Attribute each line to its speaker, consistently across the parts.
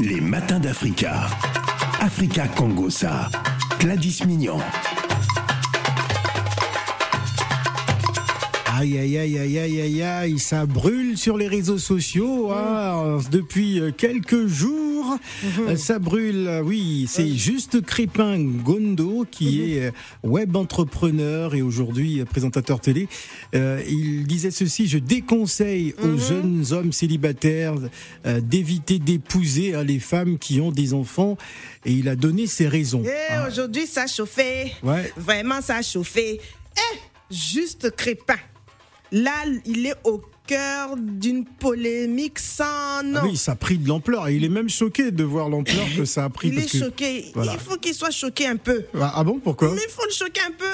Speaker 1: Les matins d'Africa. Africa Congosa. Gladys Mignon.
Speaker 2: Aïe, aïe, aïe, aïe, aïe, aïe, aïe, ça brûle sur les réseaux
Speaker 3: Mm.
Speaker 2: sociaux hein, depuis quelques jours.
Speaker 3: Mm-hmm.
Speaker 2: Euh, Ça brûle, euh, oui, c'est Juste Crépin Gondo qui
Speaker 3: Mm-hmm.
Speaker 2: est euh, web entrepreneur et aujourd'hui euh, présentateur télé. Euh, il disait ceci, je déconseille aux
Speaker 3: Mm-hmm.
Speaker 2: jeunes hommes célibataires euh, d'éviter d'épouser hein, les femmes qui ont des enfants et il a donné ses raisons.
Speaker 3: Eh,
Speaker 2: hein.
Speaker 3: aujourd'hui, ça chauffait.
Speaker 2: Ouais.
Speaker 3: Vraiment, ça chauffait. Eh, juste crépin. Là, il est au cœur d'une polémique sans nom.
Speaker 2: Ah oui, ça a pris de l'ampleur et il est même choqué de voir l'ampleur que ça a pris.
Speaker 3: il
Speaker 2: parce
Speaker 3: est
Speaker 2: que-
Speaker 3: choqué.
Speaker 2: voilà.
Speaker 3: Il faut qu'il soit choqué un peu.
Speaker 2: Ah ah bon, pourquoi
Speaker 3: Mais il faut le choquer un peu.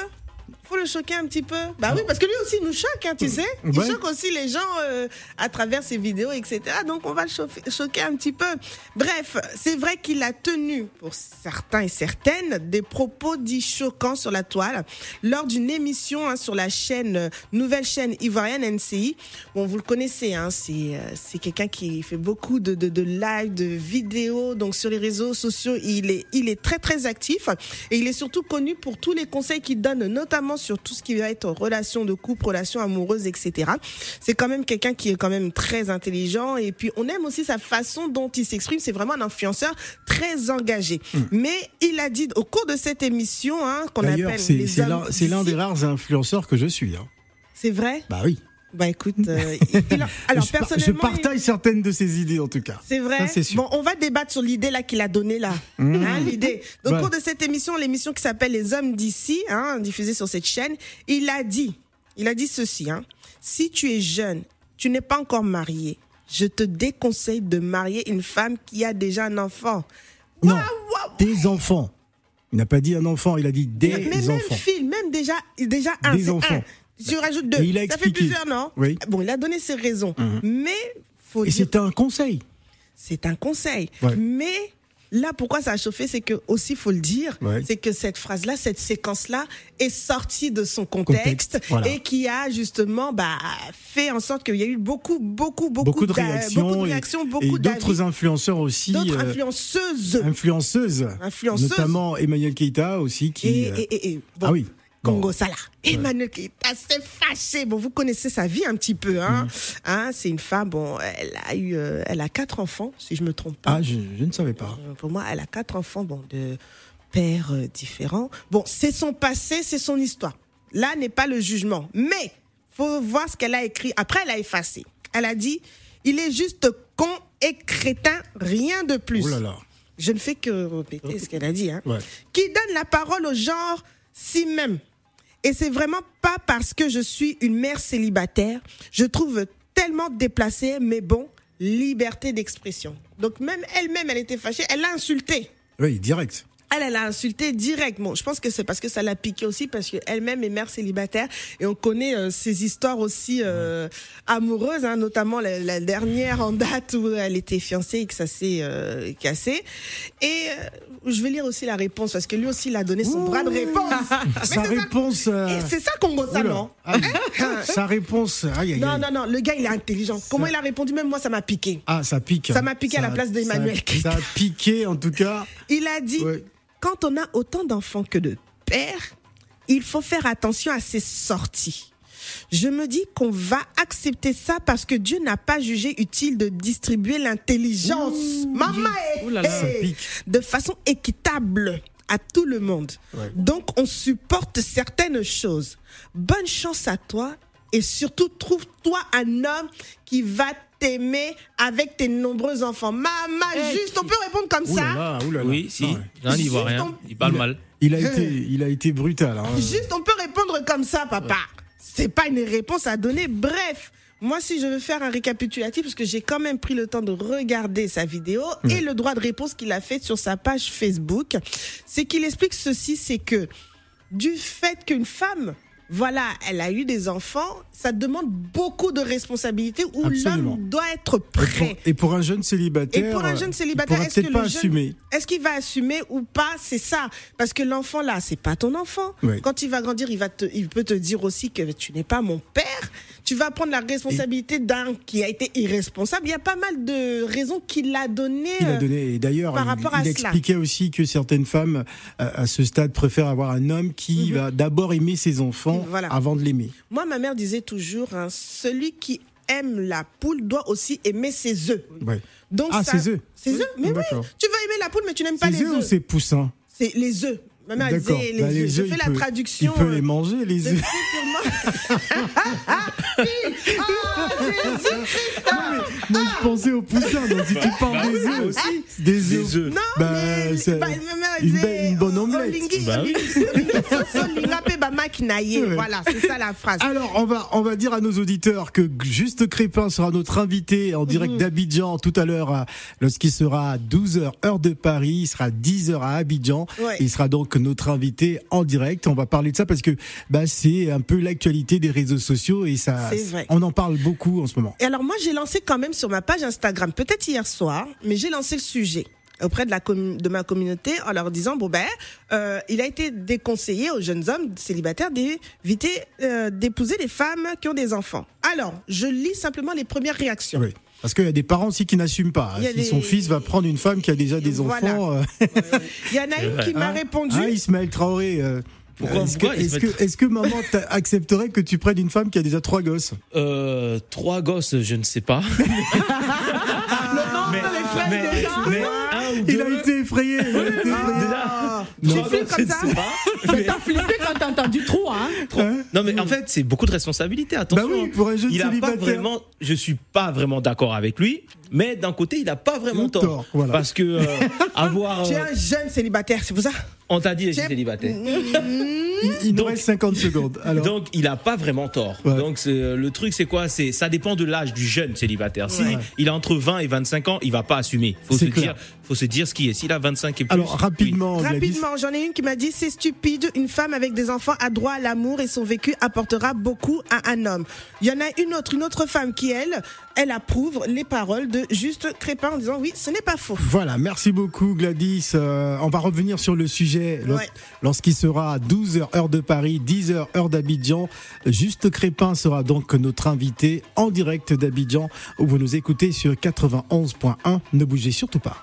Speaker 3: Il faut le choquer un petit peu. Bah oui, parce que lui aussi il nous choque, hein, tu sais. Il
Speaker 2: Ouais.
Speaker 3: choque aussi les gens euh, à travers ses vidéos, etc. Donc on va le chauffer- choquer un petit peu. Bref, c'est vrai qu'il a tenu, pour certains et certaines, des propos dits choquants sur la toile lors d'une émission hein, sur la chaîne, euh, nouvelle chaîne ivoirienne NCI. Bon, vous le connaissez, hein, c'est euh, c'est quelqu'un qui fait beaucoup de, de, de live, de vidéos. Donc sur les réseaux sociaux, il est, il est très très actif et il est surtout connu pour tous les conseils qu'il donne, notamment sur tout ce qui va être relation de couple, relation amoureuse, etc. C'est quand même quelqu'un qui est quand même très intelligent et puis on aime aussi sa façon dont il s'exprime. C'est vraiment un influenceur très engagé.
Speaker 2: Hmm.
Speaker 3: Mais il a dit au cours de cette émission hein, qu'on
Speaker 2: D'ailleurs,
Speaker 3: appelle
Speaker 2: c'est
Speaker 3: les
Speaker 2: c'est l'un
Speaker 3: hommes
Speaker 2: c'est l'un des
Speaker 3: d'ici.
Speaker 2: rares influenceurs que je suis. hein.
Speaker 3: C'est vrai.
Speaker 2: Bah oui.
Speaker 3: Bah écoute, euh, il- il en- alors
Speaker 2: je, par- je
Speaker 3: personnellement, il-
Speaker 2: partage certaines de ses idées en tout cas.
Speaker 3: C'est vrai.
Speaker 2: Ça, c'est sûr. Mmh.
Speaker 3: Bon, on va débattre sur l'idée là qu'il a donnée là. Hein, l'idée. Donc,
Speaker 2: Ouais.
Speaker 3: Au cours de cette émission, l'émission qui s'appelle Les Hommes d'ici, hein, diffusée sur cette chaîne, il a dit, il a dit ceci. Hein, si tu es jeune, tu n'es pas encore marié, je te déconseille de marier une femme qui a déjà un enfant.
Speaker 2: Non.
Speaker 3: Waouh, waouh,
Speaker 2: Des enfants. Il n'a pas dit un enfant, il a dit des
Speaker 3: mais même
Speaker 2: enfants.
Speaker 3: Phil, même déjà, déjà un,
Speaker 2: Des
Speaker 3: c'est
Speaker 2: enfants.
Speaker 3: un. Tu rajoutes deux.
Speaker 2: Et il a
Speaker 3: Ça
Speaker 2: expliqué.
Speaker 3: fait plusieurs, non
Speaker 2: Oui. Mmh.
Speaker 3: Bon, il a donné ses raisons, mais faut
Speaker 2: Et
Speaker 3: dire
Speaker 2: c'était un conseil.
Speaker 3: c'est un conseil.
Speaker 2: Ouais.
Speaker 3: Mais là, pourquoi ça a chauffé, c'est que aussi, faut le dire,
Speaker 2: Ouais.
Speaker 3: c'est que cette phrase-là, cette séquence-là est sortie de son contexte,
Speaker 2: Contexte, voilà.
Speaker 3: et qui a justement bah, fait en sorte qu'il y a eu beaucoup, beaucoup, beaucoup,
Speaker 2: Beaucoup de
Speaker 3: d'a-
Speaker 2: réactions.
Speaker 3: beaucoup de
Speaker 2: et-
Speaker 3: réactions,
Speaker 2: et,
Speaker 3: beaucoup
Speaker 2: d'autres
Speaker 3: d'avis,
Speaker 2: influenceurs aussi.
Speaker 3: d'autres
Speaker 2: euh,
Speaker 3: influenceuses.
Speaker 2: influenceuses.
Speaker 3: Influenceuses.
Speaker 2: Notamment Emmanuel Keita aussi qui.
Speaker 3: Et,
Speaker 2: euh,
Speaker 3: et- et- et- bon,
Speaker 2: ah oui. Bon.
Speaker 3: Congo Salah. Emmanuel Keita s'est fâché. Bon, vous connaissez sa vie un petit peu.
Speaker 2: Mm.
Speaker 3: Hein. Hein, c'est une femme, bon, elle a eu, euh, elle a quatre enfants, si je me trompe pas.
Speaker 2: Ah, je, je ne savais pas.
Speaker 3: Euh, Pour moi, elle a quatre enfants, bon, de pères euh, différents. Bon, c'est son passé, c'est son histoire. Là n'est pas le jugement. Mais faut voir ce qu'elle a écrit. Après, elle a effacé. Elle a dit il est juste con et crétin, rien de plus.
Speaker 2: Oh là là.
Speaker 3: Je ne fais que répéter ce qu'elle a dit. Hein.
Speaker 2: Ouais.
Speaker 3: Qui donne la parole au genre si même. Et c'est vraiment pas parce que je suis une mère célibataire. Je trouve tellement déplacé, mais bon, liberté d'expression. Donc même elle-même, elle était fâchée. Elle l'a insulté.
Speaker 2: Oui, direct.
Speaker 3: Elle, elle a insulté direct. Bon, je pense que c'est parce que ça l'a piqué aussi, parce qu'elle-même est mère célibataire et on connaît euh, ses histoires aussi euh, amoureuses, hein, notamment la, la dernière en date où elle était fiancée et que ça s'est euh, cassé. Et euh, je vais lire aussi la réponse, parce que lui aussi, il a donné son bras de réponse. Ah, Mais
Speaker 2: Sa
Speaker 3: c'est ça-
Speaker 2: réponse. euh,
Speaker 3: Et c'est ça qu'on gosse,
Speaker 2: oula.
Speaker 3: non
Speaker 2: Ah, sa réponse. Aïe, aïe,
Speaker 3: Non,
Speaker 2: aïe.
Speaker 3: non, non, le gars, il est intelligent. Comment il a répondu Même moi, ça m'a piqué.
Speaker 2: Ah, ça pique.
Speaker 3: Ça m'a piqué à la
Speaker 2: Ça-
Speaker 3: place d'Emmanuel
Speaker 2: ça-
Speaker 3: Keïta.
Speaker 2: Ça a piqué en tout cas.
Speaker 3: Il a dit
Speaker 2: Ouais.
Speaker 3: quand on a autant d'enfants que de pères, il faut faire attention à ses sorties. Je me dis qu'on va accepter ça parce que Dieu n'a pas jugé utile de distribuer l'intelligence, maman, eh,
Speaker 4: Ouh là là.
Speaker 3: eh,
Speaker 2: Ça pique.
Speaker 3: de façon équitable à tout le monde.
Speaker 2: Ouais.
Speaker 3: Donc on supporte certaines choses. Bonne chance à toi et surtout trouve-toi un homme qui va t'aimer avec tes nombreux enfants. Maman, juste, on peut répondre comme
Speaker 2: Ouh
Speaker 3: ça.
Speaker 2: là là, ouh là là.
Speaker 4: Oui, si.
Speaker 2: Non, ouais.
Speaker 4: J'ai un
Speaker 3: Juste
Speaker 4: Ivoirien.
Speaker 3: en-
Speaker 4: Il parle mal.
Speaker 2: Il a été, il a été brutal. hein.
Speaker 3: Juste, on peut répondre comme ça, papa. C'est pas une réponse à donner. Bref, moi, si je veux faire un récapitulatif, parce que j'ai quand même pris le temps de regarder sa vidéo et le droit de réponse qu'il a fait sur sa page Facebook, c'est qu'il explique ceci, c'est que du fait qu'une femme, voilà, elle a eu des enfants, ça demande beaucoup de responsabilités où
Speaker 2: Absolument.
Speaker 3: l'homme doit être
Speaker 2: Et
Speaker 3: prêt.
Speaker 2: pour, et pour un jeune
Speaker 3: Et
Speaker 2: célibataire. euh,
Speaker 3: pour un
Speaker 2: il
Speaker 3: jeune célibataire,
Speaker 2: pourra
Speaker 3: est-ce que
Speaker 2: peut-être
Speaker 3: le
Speaker 2: pas
Speaker 3: jeune-
Speaker 2: assumer.
Speaker 3: Est-ce qu'il va assumer ou pas C'est ça, parce que l'enfant là, c'est pas ton enfant.
Speaker 2: Oui.
Speaker 3: Quand il va grandir, il va te, il peut te dire aussi que tu n'es pas mon père, tu vas prendre la responsabilité d'un qui a été irresponsable. Il y a pas mal de raisons qu'il a donné.
Speaker 2: Il a donné. Et d'ailleurs,
Speaker 3: Euh, par
Speaker 2: il,
Speaker 3: rapport à
Speaker 2: il
Speaker 3: cela.
Speaker 2: expliquait aussi que certaines femmes, euh, à ce stade, préfèrent avoir un homme qui va d'abord aimer ses enfants
Speaker 3: Mhm. Voilà.
Speaker 2: avant de l'aimer.
Speaker 3: euh. Moi, ma mère disait toujours, hein, celui qui aime la poule doit aussi aimer ses œufs.
Speaker 2: Ouais.
Speaker 3: Donc
Speaker 2: Ah,
Speaker 3: ça-
Speaker 2: ses œufs.
Speaker 3: Ses œufs, mais oui.
Speaker 2: D'accord.
Speaker 3: Tu vas aimer la poule, mais tu n'aimes pas
Speaker 2: Ses
Speaker 3: les
Speaker 2: œufs ou
Speaker 3: œufs.
Speaker 2: ses poussins
Speaker 3: C'est les œufs. Ma mère
Speaker 2: D'accord.
Speaker 3: disait les
Speaker 2: Bah,
Speaker 3: œufs. Je
Speaker 2: œufs,
Speaker 3: fais
Speaker 2: il
Speaker 3: la
Speaker 2: peut-
Speaker 3: traduction.
Speaker 2: Il peut
Speaker 3: euh,
Speaker 2: les manger, les
Speaker 3: de
Speaker 2: œufs.
Speaker 3: Ah,
Speaker 2: Moi, je pensais aux poussins, donc si tu parles des œufs Bah, aussi. Des
Speaker 4: Des
Speaker 2: œufs.
Speaker 4: œufs.
Speaker 3: Non,
Speaker 2: Bah,
Speaker 3: mais
Speaker 2: c'est
Speaker 3: bah, ma mère
Speaker 2: une
Speaker 3: disait,
Speaker 2: belle- une bonne
Speaker 3: oh, oh,
Speaker 2: omelette.
Speaker 3: lingui-
Speaker 4: Bah oui.
Speaker 3: lingui- soso, lingape, bama, kinaye.
Speaker 2: Ouais.
Speaker 3: Voilà, c'est ça la phrase.
Speaker 2: Alors, on va, on va dire à nos auditeurs que Juste Crépin sera notre invité en direct
Speaker 3: Mhm.
Speaker 2: d'Abidjan tout à l'heure, euh, lorsqu'il sera à 12h, heure de Paris. Il sera 10h à Abidjan.
Speaker 3: Ouais.
Speaker 2: Il sera donc notre invité en direct. On va parler de ça parce que bah, c'est un peu l'actualité des réseaux sociaux et ça,
Speaker 3: C'est vrai.
Speaker 2: on en parle beaucoup en ce moment.
Speaker 3: Et alors moi, j'ai lancé quand même sur ma page Instagram, peut-être hier soir, mais j'ai lancé le sujet auprès de, la commu- de ma communauté en leur disant, bon ben, euh, il a été déconseillé aux jeunes hommes célibataires d'éviter euh, d'épouser les femmes qui ont des enfants. Alors, je lis simplement les premières réactions.
Speaker 2: Oui. Parce qu'il y a des parents aussi qui n'assument pas. hein.
Speaker 3: Il y a
Speaker 2: Si
Speaker 3: des-
Speaker 2: son fils va prendre une femme qui a déjà des
Speaker 3: Voilà.
Speaker 2: enfants, euh,
Speaker 3: Il y en a une qui m'a
Speaker 4: Ah.
Speaker 2: Hein
Speaker 3: répondu,
Speaker 2: Hein, Ismaël Traoré. euh,
Speaker 4: Pourquoi-
Speaker 2: est-ce que,
Speaker 4: pourquoi
Speaker 2: est-ce que,
Speaker 4: Ismaël
Speaker 2: est-ce que maman t'a- accepterait que tu prennes une femme qui a déjà trois gosses
Speaker 4: Euh, trois gosses, je ne sais pas. mais, mais- mais un ou deux.
Speaker 2: Il a été effrayé. il a été effrayé.
Speaker 4: Ah, Déjà,
Speaker 2: Non.
Speaker 4: trois
Speaker 2: Tu
Speaker 3: fais
Speaker 4: gosses,
Speaker 3: comme
Speaker 4: je
Speaker 3: ça
Speaker 4: ne sais pas. Mais-
Speaker 5: T'as flippé quand t'as entendu trop, hein
Speaker 4: Trop.
Speaker 2: Hein
Speaker 4: non mais en fait c'est beaucoup de responsabilité
Speaker 2: Bah
Speaker 4: attention
Speaker 2: oui, pour un jeune
Speaker 4: il a pas
Speaker 2: célibataire.
Speaker 4: vraiment je suis pas vraiment d'accord avec lui mais d'un côté il a pas vraiment
Speaker 2: Le
Speaker 4: tort,
Speaker 2: tort, voilà.
Speaker 4: parce que euh, avoir
Speaker 3: tu es
Speaker 4: euh,
Speaker 3: un jeune célibataire, c'est pour ça
Speaker 4: on t'a dit je
Speaker 3: tu es-
Speaker 4: suis célibataire
Speaker 2: Il, il nous
Speaker 4: Donc-
Speaker 2: reste 50 secondes. Alors,
Speaker 4: donc il a pas vraiment tort
Speaker 2: Ouais.
Speaker 4: donc c'est- euh, le truc c'est quoi c'est ça dépend de l'âge du jeune célibataire si
Speaker 2: Ouais.
Speaker 4: il a entre 20 et 25 ans il va pas assumer faut se
Speaker 2: C'est clair.
Speaker 4: dire faut se dire ce qui est s'il a 25 et plus
Speaker 2: alors rapidement, Gladys.
Speaker 3: Rapidement, j'en ai une qui m'a dit c'est stupide, une femme avec des enfants a droit à l'amour et son vécu apportera beaucoup à un homme. Il y en a une autre, une autre femme qui elle, elle approuve les paroles de Juste Crépin en disant oui, ce n'est pas faux.
Speaker 2: Voilà, merci beaucoup Gladys. Euh, on va revenir sur le sujet lors-
Speaker 3: Ouais.
Speaker 2: lorsqu'il sera à 12h heure de Paris, 10h heure d'Abidjan. Juste Crépin sera donc notre invité en direct d'Abidjan où vous nous écoutez sur 91.1. Ne bougez surtout pas.